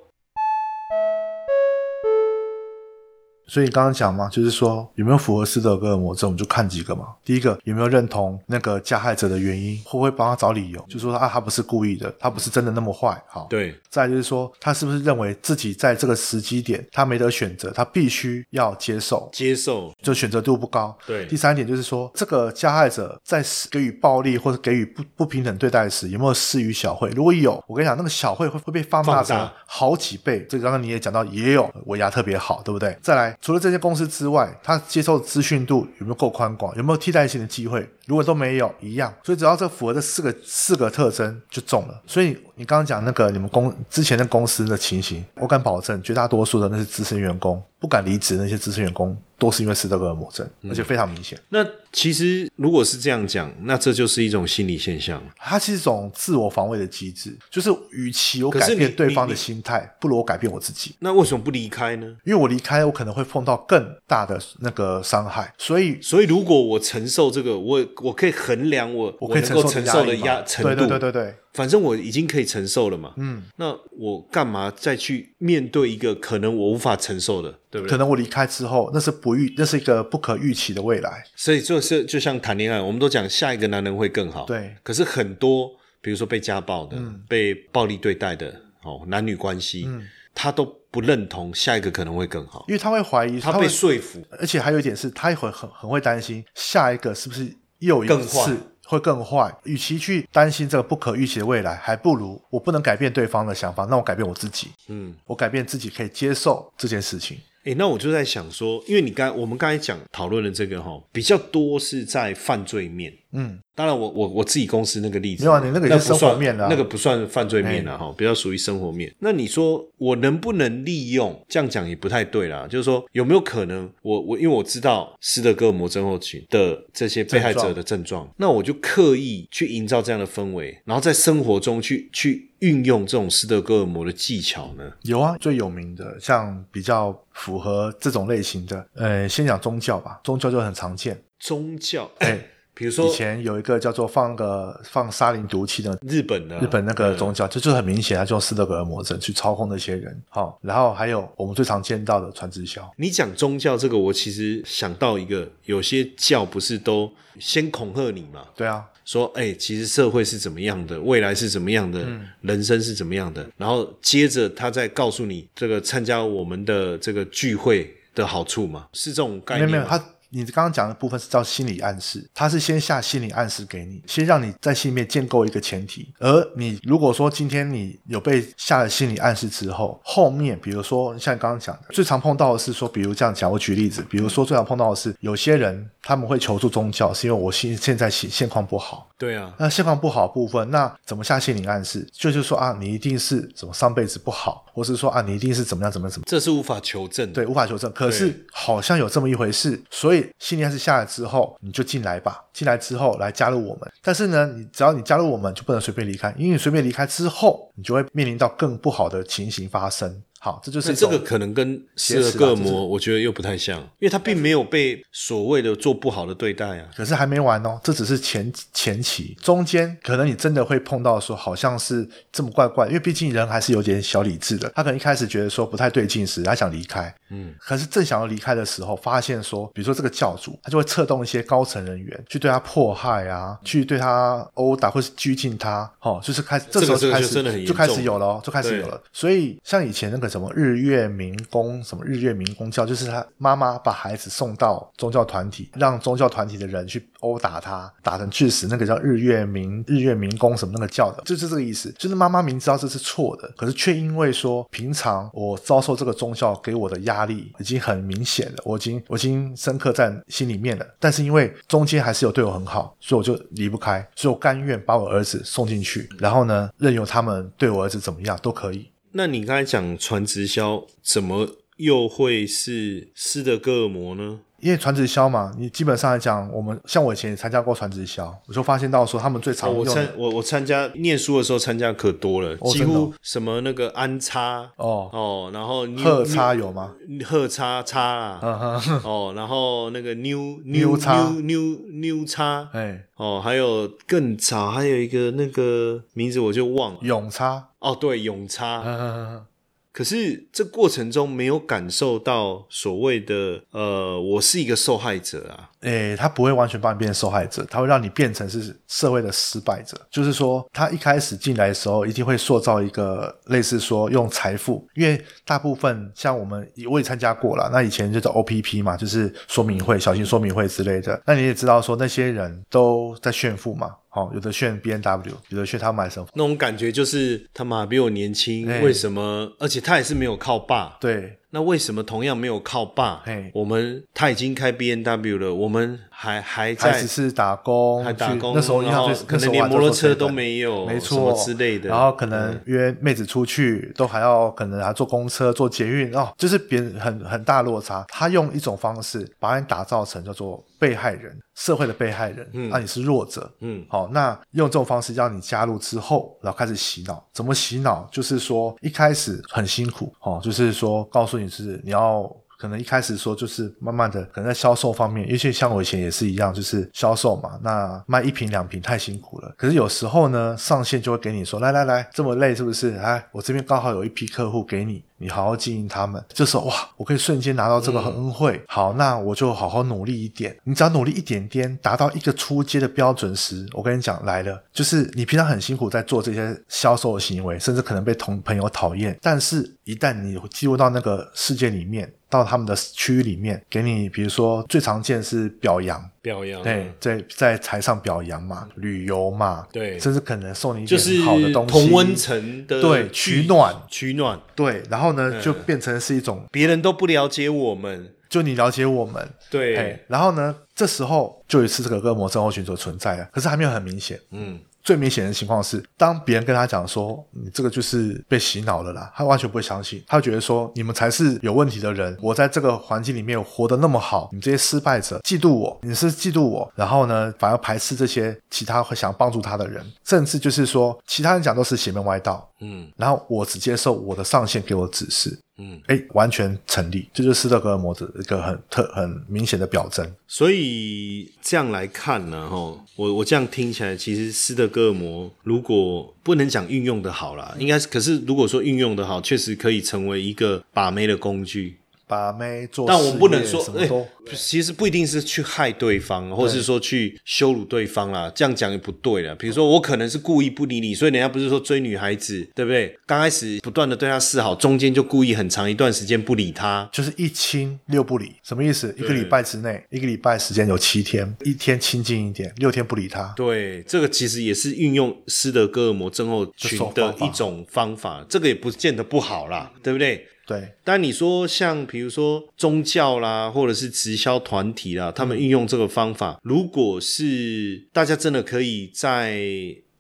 Speaker 2: 所以你刚刚讲嘛，就是说有没有符合斯德哥尔摩症，我们就看几个嘛。第一个有没有认同那个加害者的原因，会不会帮他找理由，就说啊他不是故意的，他不是真的那么坏，好。
Speaker 1: 对，
Speaker 2: 再来就是说，他是不是认为自己在这个时机点，他没得选择，他必须要接受，
Speaker 1: 接受
Speaker 2: 就选择度不高。
Speaker 1: 对
Speaker 2: 第三点就是说，这个加害者在给予暴力或者给予不不平等对待时，有没有施于小惠？如果有，我跟你讲，那个小惠会会被放大
Speaker 1: 放
Speaker 2: 成
Speaker 1: 大
Speaker 2: 好几倍。这个刚刚你也讲到，也有我牙特别好，对不对？再来，除了这些公司之外，他接受资讯度有没有够宽广？有没有替代性的机会？如果都没有，一样。所以只要这符合这四个四个特征就中了。所以你你刚刚讲那个你们公之前的公司的情形，我敢保证，绝大多数的那些资深员工不敢离职，那些资深员工都是因为斯德哥尔摩症，
Speaker 1: 嗯
Speaker 2: 而且非常明显。
Speaker 1: 那其实如果是这样讲，那这就是一种心理现象。
Speaker 2: 它是一种自我防卫的机制，就是与其我
Speaker 1: 可是
Speaker 2: 改
Speaker 1: 你
Speaker 2: 变对
Speaker 1: 你
Speaker 2: 方的
Speaker 1: 你
Speaker 2: 心态，不如我改变我自己。
Speaker 1: 那为什么不离开呢？
Speaker 2: 因为我离开，我可能会碰到更大的那个伤害，所以
Speaker 1: 所以如果我承受这个，我我可以衡量我我
Speaker 2: 我可以
Speaker 1: 能够承受
Speaker 2: 的
Speaker 1: 的
Speaker 2: 压
Speaker 1: 压
Speaker 2: 力嘛
Speaker 1: 程度。
Speaker 2: 对对对对对，
Speaker 1: 反正我已经可以承受了嘛。嗯，那我干嘛再去面对一个可能我无法承受的，对不
Speaker 2: 可
Speaker 1: 对？
Speaker 2: 能我离开之后，那是不预，那是一个不可预期的未来。
Speaker 1: 所以就是就像谈恋爱，我们都讲下一个男人会更好。
Speaker 2: 对，嗯
Speaker 1: 可是很多，比如说被家暴的、被暴力对待的，哦，男女关系，他都不认同下一个可能会更好，
Speaker 2: 因为他会怀疑，
Speaker 1: 他
Speaker 2: 会
Speaker 1: 被说服。
Speaker 2: 而且还有一点是，他会很很会担心下一个是不是又一
Speaker 1: 更
Speaker 2: 次
Speaker 1: 坏
Speaker 2: 会更坏。与其去担心这个不可预期的未来，还不如我不能改变对方的想法，那我改变我自己，
Speaker 1: 嗯，
Speaker 2: 我改变自己可以接受这件事情。
Speaker 1: 诶，那我就在想说，因为你刚我们刚才讲讨论的这个哈、比较多是在犯罪面。
Speaker 2: 嗯，
Speaker 1: 当然我，我我自己公司那个例子，
Speaker 2: 没有啊你那个也是
Speaker 1: 不
Speaker 2: 生活
Speaker 1: 算
Speaker 2: 面的啊哎
Speaker 1: 那个不算犯罪面了、啊、哈、比较属于生活面。那你说我能不能利用？这样讲也不太对啦，就是说有没有可能我，我因为我知道斯德哥尔摩症候群的这些被害者的症状，那我就刻意去营造这样的氛围，然后在生活中去去运用这种斯德哥尔摩的技巧呢？
Speaker 2: 有啊，最有名的像比较符合这种类型的，呃，先讲宗教吧，宗教就很常见。
Speaker 1: 宗教，
Speaker 2: 哎
Speaker 1: 比如说
Speaker 2: 以前有一个叫做放个放沙林毒气的
Speaker 1: 日本的啊
Speaker 2: 日本那个宗教，这、就很明显，他就用斯德哥尔摩症去操控那些人。好、然后还有我们最常见到的传直销，
Speaker 1: 你讲宗教这个，我其实想到一个，有些教不是都先恐吓你嘛，
Speaker 2: 对啊，
Speaker 1: 说哎、其实社会是怎么样的，未来是怎么样的，
Speaker 2: 嗯
Speaker 1: 人生是怎么样的，然后接着他再告诉你这个参加我们的这个聚会的好处嘛，是这种概
Speaker 2: 没有
Speaker 1: 念吗
Speaker 2: 没有，他你刚刚讲的部分是叫心理暗示，他是先下心理暗示给你，先让你在心里面建构一个前提。而你如果说今天你有被下了心理暗示之后，后面比如说像刚刚讲的，最常碰到的是说，比如这样讲，我举例子，比如说最常碰到的是有些人他们会求助宗教，是因为我现现在现现况不好，
Speaker 1: 对啊，
Speaker 2: 那现况不好的部分，那怎么下心理暗示？就是说啊，你一定是什么上辈子不好，或是说啊，你一定是怎么样怎么样怎么样。
Speaker 1: 这是无法求证的。
Speaker 2: 对，无法求证。可是
Speaker 1: 对
Speaker 2: 好像有这么一回事，所以心理暗示下来之后，你就进来吧，进来之后来加入我们。但是呢，你只要你加入我们，就不能随便离开，因为你随便离开之后，你就会面临到更不好的情形发生。好，这就是
Speaker 1: 那
Speaker 2: 一
Speaker 1: 这
Speaker 2: 种
Speaker 1: 个可能跟
Speaker 2: 挟
Speaker 1: 斯德
Speaker 2: 持啊
Speaker 1: 哥尔
Speaker 2: 就是
Speaker 1: 摩，我觉得又不太像，因为他并没有被所谓的做不好的对待啊。
Speaker 2: 可是还没完哦，这只是前前期，中间可能你真的会碰到说好像是这么怪怪，因为毕竟人还是有点小理智的，他可能一开始觉得说不太对劲时，他想离开，嗯，可是正想要离开的时候，发现说，比如说这个教主，他就会策动一些高层人员去对他迫害啊，去对他殴打或是拘禁他，哦，就是开始这
Speaker 1: 这个
Speaker 2: 时候
Speaker 1: 这个
Speaker 2: 开
Speaker 1: 就
Speaker 2: 始、
Speaker 1: 真的很严
Speaker 2: 就开
Speaker 1: 重
Speaker 2: 始有了、哦，就开始有了，所以像以前那个什么日月明宫，什么日月明宫教，就是他妈妈把孩子送到宗教团体，让宗教团体的人去殴打他，打成致死，那个叫日月明日月明宫什么那个教的，就是这个意思。就是妈妈明知道这是错的，可是却因为说平常我遭受这个宗教给我的压力已经很明显了，我已经我已经深刻在心里面了，但是因为中间还是有对我很好，所以我就离不开，所以我甘愿把我儿子送进去，然后呢，任由他们对我儿子怎么样都可以。
Speaker 1: 那你刚才讲传直销，怎么又会是斯德哥尔摩呢？
Speaker 2: 因为传直销嘛，你基本上来讲，我们像我以前也参加过传直销，我就发现到说他们最常
Speaker 1: 哦我
Speaker 2: 用
Speaker 1: 参
Speaker 2: 的
Speaker 1: 我我参加念书的时候参加可多了，
Speaker 2: 哦
Speaker 1: 几
Speaker 2: 真的
Speaker 1: 乎
Speaker 2: 哦
Speaker 1: 什么那个安插
Speaker 2: 哦，
Speaker 1: 哦，然后 new-
Speaker 2: 赫差有吗？
Speaker 1: new- 赫叉叉啊，
Speaker 2: 嗯哼，
Speaker 1: 哦，然后那个 new
Speaker 2: new 叉
Speaker 1: new new 叉
Speaker 2: 哎，
Speaker 1: 哦，还有更早还有一个那个名字我就忘了
Speaker 2: 永差，
Speaker 1: 哦，对，永叉。
Speaker 2: 嗯，
Speaker 1: 可是这过程中没有感受到所谓的呃，我是一个受害者啊，
Speaker 2: 哎，他不会完全把你变成受害者，他会让你变成是社会的失败者。就是说，他一开始进来的时候，一定会塑造一个类似说用财富，因为大部分像我们我也参加过了，那以前就叫 OPP 嘛，就是说明会、小型说明会之类的。那你也知道说那些人都在炫富嘛。哦，有的炫 B N W，有的炫他买什么
Speaker 1: 那种感觉就是他妈比我年轻，
Speaker 2: 哎
Speaker 1: 为什么？而且他也是没有靠爸，
Speaker 2: 对，
Speaker 1: 那为什么同样没有靠爸
Speaker 2: 嘿？
Speaker 1: 我们他已经开 B N W 了，我们还还
Speaker 2: 还
Speaker 1: 在
Speaker 2: 只是打工，
Speaker 1: 还打
Speaker 2: 去
Speaker 1: 工，
Speaker 2: 那时候印
Speaker 1: 然
Speaker 2: 象
Speaker 1: 后
Speaker 2: 最
Speaker 1: 可能连摩托车都没有，
Speaker 2: 没
Speaker 1: 什么
Speaker 2: 错
Speaker 1: 之类的。嗯
Speaker 2: 然后可能约妹子出去，都还要可能还坐公车、坐捷运哦，就是别人很很大落差。他用一种方式把你打造成叫做被害人，社会的被害人，那、你是弱者，
Speaker 1: 嗯，
Speaker 2: 好，那用这种方式让你加入之后，然后开始洗脑。怎么洗脑？就是说一开始很辛苦，哦，就是说告诉你是你要。可能一开始说就是慢慢的，可能在销售方面，尤其像我以前也是一样，就是销售嘛，那卖一瓶两瓶太辛苦了。可是有时候呢，上线就会给你说，来来来，这么累是不是？哎，我这边刚好有一批客户给你，你好好经营他们。这时候哇，我可以瞬间拿到这
Speaker 1: 嗯
Speaker 2: 个恩惠。好，那我就好好努力一点。你只要努力一点点，达到一个初阶的标准时，我跟你讲来了，就是你平常很辛苦在做这些销售的行为，甚至可能被同朋友讨厌，但是一旦你进入到那个世界里面，到他们的区域里面，给你比如说最常见是表扬。
Speaker 1: 表扬
Speaker 2: 对，在在台上表扬嘛，旅游嘛，
Speaker 1: 对
Speaker 2: 甚至可能送你一
Speaker 1: 就
Speaker 2: 点
Speaker 1: 是
Speaker 2: 好的东西，
Speaker 1: 同温层的
Speaker 2: 对取暖
Speaker 1: 取暖，
Speaker 2: 对，然后呢，就变成是一种，
Speaker 1: 别人都不了解我们，
Speaker 2: 就你了解我们，哎
Speaker 1: 对，，
Speaker 2: 然后呢，这时候就有一次这个恶魔症候群所存在的，啊可是还没有很明显。
Speaker 1: 嗯，
Speaker 2: 最明显的情况是，当别人跟他讲说你这个就是被洗脑了啦，他完全不会相信，他会觉得说你们才是有问题的人。我在这个环境里面活得那么好，你们这些失败者嫉妒我，你是嫉妒我，然后呢，反而排斥这些其他会想帮助他的人，甚至就是说其他人讲都是邪门歪道，
Speaker 1: 嗯
Speaker 2: 然后我只接受我的上线给我指示，
Speaker 1: 嗯，
Speaker 2: 哎，完全成立，这就是斯德哥尔摩的一个很特很明显的表征。
Speaker 1: 所以这样来看呢，哈，我我这样听起来，其实斯德哥尔摩如果不能讲运用的好啦，
Speaker 2: 嗯
Speaker 1: 应该是，可是如果说运用的好，确实可以成为一个把妹的工具。
Speaker 2: 把妹做哦事业，
Speaker 1: 但我们不能说
Speaker 2: 什，
Speaker 1: 哎、
Speaker 2: 么都、
Speaker 1: 其实不一定是去害对方，或是说去羞辱对方啦，这样讲也不对了。比如说，我可能是故意不理你，所以人家不是说追女孩子，对不对？刚开始不断的对她示好，中间就故意很长一段时间不理她，
Speaker 2: 就是一亲六不理，什么意思？一个礼拜之内，一个礼拜时间有七天，一天亲近一点，六天不理他。
Speaker 1: 对，这个其实也是运用斯德哥尔摩症候群的一种方法，这个也不见得不好啦，对不对？
Speaker 2: 对，
Speaker 1: 但你说像比如说宗教啦，或者是直销团体啦，他们运用这个方法，如果是大家真的可以在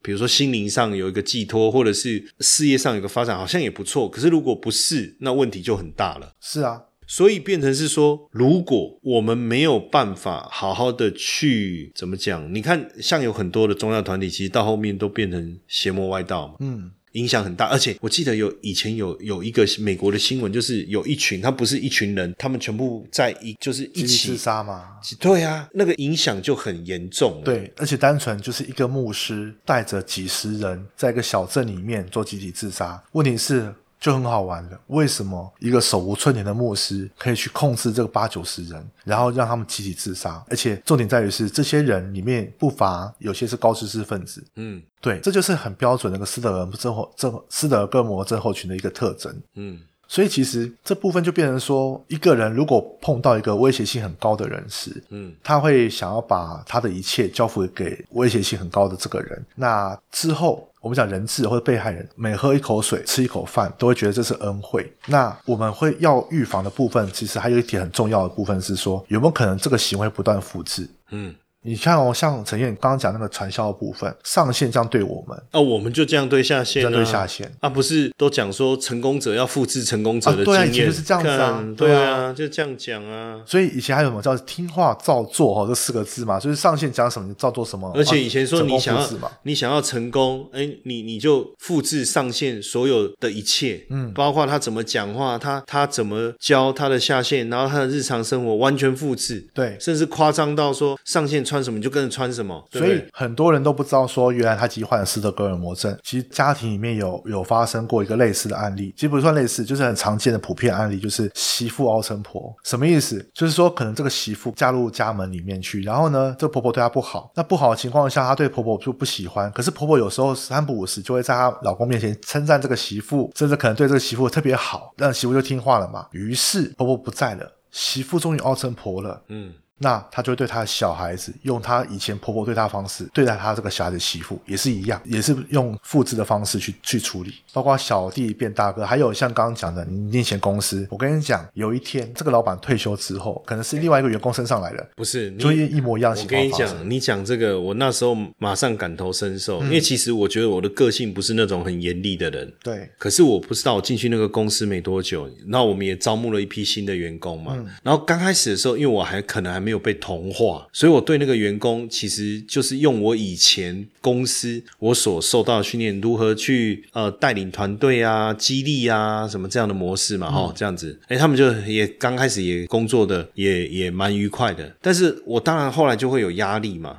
Speaker 1: 比如说心灵上有一个寄托，或者是事业上有个发展，好像也不错。可是如果不是，那问题就很大了。
Speaker 2: 是啊，
Speaker 1: 所以变成是说，如果我们没有办法好好的去怎么讲，你看，像有很多的宗教团体，其实到后面都变成邪魔歪道嘛。
Speaker 2: 嗯，
Speaker 1: 影响很大。而且我记得有以前有有一个美国的新闻，就是有一群，他不是一群人，他们全部在一就是一
Speaker 2: 集体自
Speaker 1: 起。
Speaker 2: 杀嘛。
Speaker 1: 对啊，那个影响就很严重了。
Speaker 2: 对，而且单纯就是一个牧师带着几十人在一个小镇里面做集体自杀，问题是就很好玩了。为什么一个手无寸铁的牧师可以去控制这个八九十人，然后让他们集体自杀？而且重点在于是这些人里面不乏有些是高知识分子，
Speaker 1: 嗯
Speaker 2: 对，这就是很标准的那个斯德尔症候症斯德哥尔摩症候群的一个特征。
Speaker 1: 嗯，
Speaker 2: 所以其实这部分就变成说，一个人如果碰到一个威胁性很高的人时，
Speaker 1: 嗯，
Speaker 2: 他会想要把他的一切交付给威胁性很高的这个人。那之后。我们讲人质或者被害人，每喝一口水、吃一口饭，都会觉得这是恩惠。那我们会要预防的部分，其实还有一点很重要的部分是说，有没有可能这个行为不断复制？
Speaker 1: 嗯，
Speaker 2: 你看哦，像陈燕刚刚讲那个传销的部分，上线这样对我们，
Speaker 1: 那、哦我们就这样对下线、
Speaker 2: 这
Speaker 1: 啊，
Speaker 2: 样对下线，
Speaker 1: 啊，不是都讲说成功者要复制成功者的
Speaker 2: 啊
Speaker 1: 经
Speaker 2: 对啊
Speaker 1: 验，
Speaker 2: 以前就是这样子啊
Speaker 1: 看
Speaker 2: 对
Speaker 1: 对
Speaker 2: 啊
Speaker 1: 啊，就这样讲啊。
Speaker 2: 所以以前还有什么叫听话照做哦，这四个字嘛，就是上线讲什么你照做什么。
Speaker 1: 而且以前说
Speaker 2: 哦啊成功
Speaker 1: 你想
Speaker 2: 复
Speaker 1: 要
Speaker 2: 制嘛，
Speaker 1: 你想要成功，哎，你你就复制上线所有的一切，嗯，包括他怎么讲话，他他怎么教他的下线，然后他的日常生活完全复制，
Speaker 2: 对
Speaker 1: 甚至夸张到说上线穿什么你就跟着穿什么，对不
Speaker 2: 所
Speaker 1: 对
Speaker 2: 以很多人都不知道说，原来他其实患了斯德哥尔摩症。其实家庭里面有有发生过一个类似的案例，其实不算类似，就是很常见的普遍案例，就是媳妇熬成婆。什么意思？就是说可能这个媳妇嫁入家门里面去，然后呢，这个婆婆对她不好，那不好的情况下，她对婆婆就不喜欢。可是婆婆有时候三不五时就会在她老公面前称赞这个媳妇，甚至可能对这个媳妇特别好，让媳妇就听话了嘛。于是婆婆不在了，媳妇终于熬成婆了。
Speaker 1: 嗯
Speaker 2: 那她就会对她的小孩子用她以前婆婆对她的方式对待她这个小孩子媳妇也是一样，也是用复制的方式去去处理，包括小弟变大哥，还有像刚刚讲的你以前公司，我跟你讲，有一天这个老板退休之后，可能是另外一个员工升上来了，
Speaker 1: 不是你
Speaker 2: 就会一模一样
Speaker 1: 我
Speaker 2: 的情
Speaker 1: 跟
Speaker 2: 况
Speaker 1: 你
Speaker 2: 发生。
Speaker 1: 讲，你讲这个，我那时候马上感同身受，
Speaker 2: 嗯
Speaker 1: 因为其实我觉得我的个性不是那种很严厉的人，
Speaker 2: 对，
Speaker 1: 可是我不知道，我进去那个公司没多久，然后我们也招募了一批新的员工嘛。然后刚开始的时候，因为我还可能还没有被同化，所以我对那个员工其实就是用我以前公司我所受到的训练，如何去呃带领团队啊、激励啊什么这样的模式嘛，哈、这样子。哎，他们就也刚开始也工作的也也蛮愉快的，但是我当然后来就会有压力嘛，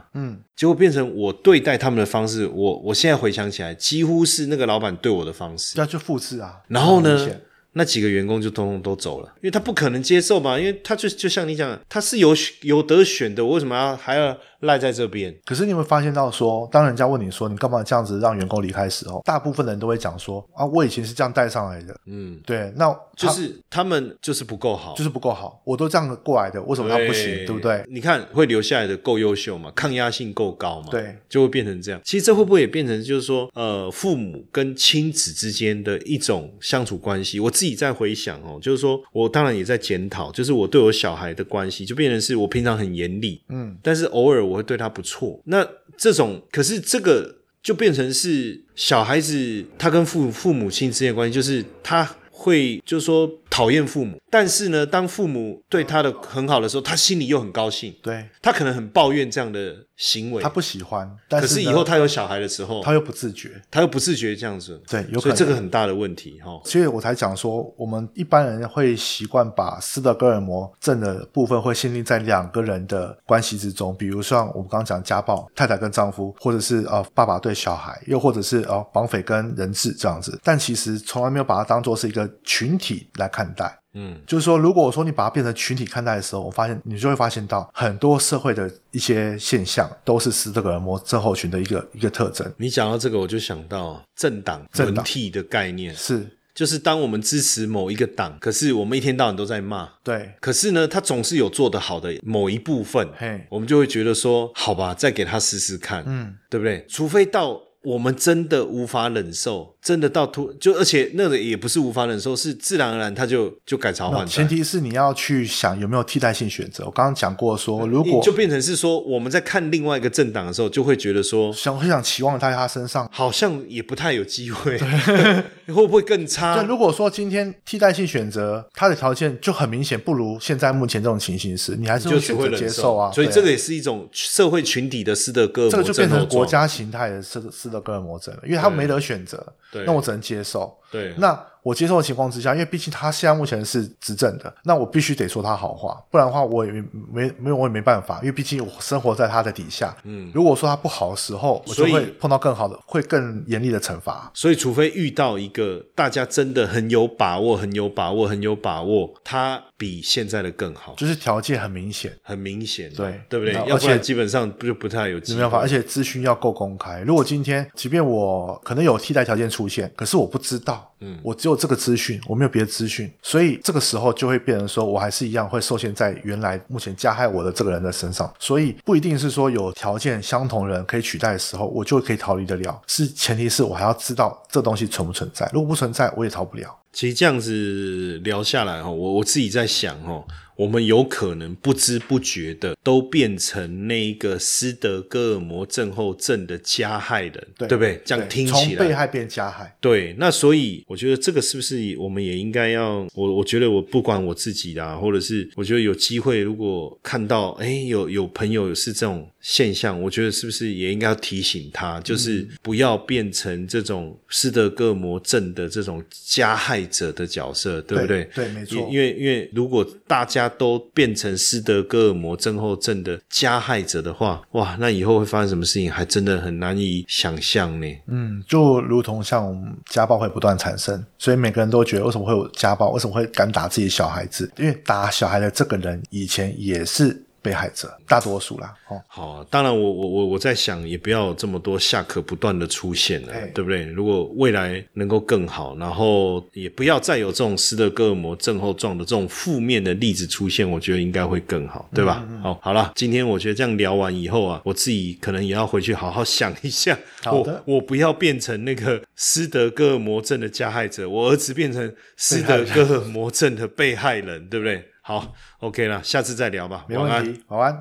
Speaker 1: 结果变成我对待他们的方式，我我现在回想起来，几乎是那个老板对我的方式。
Speaker 2: 要去复制啊。
Speaker 1: 然后
Speaker 2: 很
Speaker 1: 呢
Speaker 2: 明显，
Speaker 1: 那几个员工就通通都走了，因为他不可能接受嘛，因为他就就像你讲的，他是有有得选的，我为什么要还要赖在这边？
Speaker 2: 可是你有没有发现到说，当人家问你说你干嘛这样子让员工离开的时候，大部分人都会讲说啊，我以前是这样带上来的。
Speaker 1: 嗯，
Speaker 2: 对，那
Speaker 1: 就
Speaker 2: 他
Speaker 1: 是他们就是不够好，
Speaker 2: 就是是不够好，我都这样过来的，为什么他不行？对不对？？
Speaker 1: 你看会留下来的够优秀嘛，抗压性够高嘛，
Speaker 2: 对，
Speaker 1: 就会变成这样。其实这会不会也变成就是说，呃，父母跟亲子之间的一种相处关系？我自己在回想哦，就是说我当然也在检讨，就是我对我小孩的关系，就变成是我平常很严厉，
Speaker 2: 嗯，
Speaker 1: 但是偶尔我会对他不错。那这种，可是这个就变成是小孩子他跟父父母亲之间的关系，就是他会就是说讨厌父母，但是呢，当父母对他的很好的时候，他心里又很高兴，
Speaker 2: 对
Speaker 1: 他可能很抱怨这样的行为
Speaker 2: 他。不喜欢，但
Speaker 1: 可
Speaker 2: 是
Speaker 1: 是
Speaker 2: 呢
Speaker 1: 以后他有小孩的时候，
Speaker 2: 他又不自觉，
Speaker 1: 他又不自觉这样子，
Speaker 2: 对，有可
Speaker 1: 所以
Speaker 2: 能
Speaker 1: 这个很大的问题哈、哦。
Speaker 2: 所以我才讲说，我们一般人会习惯把斯德哥尔摩症的部分会限定在两个人的关系之中，比如像我们刚刚讲家暴，太太跟丈夫，或者是呃爸爸对小孩，又或者是呃绑匪跟人质这样子。但其实从来没有把它当做是一个群体来看待。
Speaker 1: 嗯，
Speaker 2: 就是说，如果我说你把它变成群体看待的时候，我发现你就会发现到很多社会的一些现象都是斯德哥尔摩症候群的一个一个特征。
Speaker 1: 你讲到这个，我就想到政党
Speaker 2: 政
Speaker 1: 轮
Speaker 2: 党
Speaker 1: 替的概念，
Speaker 2: 是
Speaker 1: 就是当我们支持某一个党，可是我们一天到晚都在骂，
Speaker 2: 对，
Speaker 1: 可是呢，他总是有做得好的某一部分，
Speaker 2: 嘿，
Speaker 1: 我们就会觉得说，好吧，再给他试试看，
Speaker 2: 嗯，
Speaker 1: 对不对？除非到我们真的无法忍受，真的到突就，而且那个也不是无法忍受，是自然而然他就就改朝
Speaker 2: 那
Speaker 1: 换代。
Speaker 2: 前提是你要去想有没有替代性选择。我刚刚讲过说，如果
Speaker 1: 就变成是说，我们在看另外一个政党的时候，就会觉得说，
Speaker 2: 想会想期望在他身上。
Speaker 1: 好像也不太有机会， 会不会更差？
Speaker 2: 对，如果说今天替代性选择，他的条件就很明显不如现在目前这种情形时，你还是
Speaker 1: 就
Speaker 2: 会
Speaker 1: 只
Speaker 2: 选
Speaker 1: 会
Speaker 2: 择
Speaker 1: 忍
Speaker 2: 接受啊。
Speaker 1: 所以
Speaker 2: 对啊
Speaker 1: 这个也是一种社会群体的斯德哥尔
Speaker 2: 这个
Speaker 1: 摩
Speaker 2: 就变
Speaker 1: 症候
Speaker 2: 成国
Speaker 1: 状。
Speaker 2: 家形态的斯斯的哥尔摩症了，因为他没得选择，
Speaker 1: 对
Speaker 2: 那我只能接受。
Speaker 1: 对，
Speaker 2: 那我接受的情况之下，因为毕竟他现在目前是执政的，那我必须得说他好话，不然的话我也没没没有我也没办法，因为毕竟我生活在他的底下。嗯，如果说他不好的时候，我就
Speaker 1: 所以
Speaker 2: 会碰到更好的，会更严厉的惩罚。
Speaker 1: 所以，除非遇到一个大家真的很有把握、很有把握、很有把握，他比现在的更好，
Speaker 2: 就是条件很明显，
Speaker 1: 很明显的，
Speaker 2: 对
Speaker 1: 对不对
Speaker 2: 那？
Speaker 1: 要不
Speaker 2: 而且
Speaker 1: 然基本上就不太有机
Speaker 2: 没
Speaker 1: 会。
Speaker 2: 办法，而且资讯要够公开。如果今天即便我可能有替代条件出现，可是我不知道，嗯，我只有这个资讯，我没有别的资讯，所以这个时候就会变成说我还是一样会受限在原来目前加害我的这个人的身上。所以不一定是说有条件相同人可以取代的时候，我就可以逃离得了。是前提是我还要知道这东西存不存在，如果不存在，我也逃不了。
Speaker 1: 其实这样子聊下来哈，我我自己在想哈，我们有可能不知不觉的都变成那一个斯德哥尔摩症候症的加害人，
Speaker 2: 对
Speaker 1: 不对？这样听
Speaker 2: 从
Speaker 1: 起
Speaker 2: 被
Speaker 1: 来。啊
Speaker 2: 害变加害，
Speaker 1: 对，那所以我觉得这个是不是我们也应该要我？我觉得我不管我自己啦，或者是我觉得有机会，如果看到哎有有朋友是这种现象，我觉得是不是也应该要提醒他，
Speaker 2: 嗯
Speaker 1: 就是不要变成这种斯德哥尔摩症的这种加害者的角色，对不对？
Speaker 2: 对，没错，
Speaker 1: 因因为因为如果大家都变成斯德哥尔摩症候症的加害者的话，哇，那以后会发生什么事情，还真的很难以想象呢。
Speaker 2: 嗯，就如同像家暴会不断产生，所以每个人都觉得为什么会有家暴，为什么会敢打自己小孩子？因为打小孩的这个人以前也是被害者，大多数啦。哦，
Speaker 1: 好，当然我我我我在想，也不要有这么多下课不断的出现了
Speaker 2: 哎，
Speaker 1: 对不对？如果未来能够更好，然后也不要再有这种斯德哥尔摩症候状的这种负面的例子出现，我觉得应该会更好，对吧？
Speaker 2: 嗯
Speaker 1: 好，好了，今天我觉得这样聊完以后啊，我自己可能也要回去好好想一下，
Speaker 2: 好的
Speaker 1: 我我不要变成那个斯德哥尔摩症的加害者，我儿子变成斯德哥尔摩症的被害人，对不对？好，OK 啦，下次再聊吧，
Speaker 2: 没
Speaker 1: 晚安
Speaker 2: 问。题，晚安。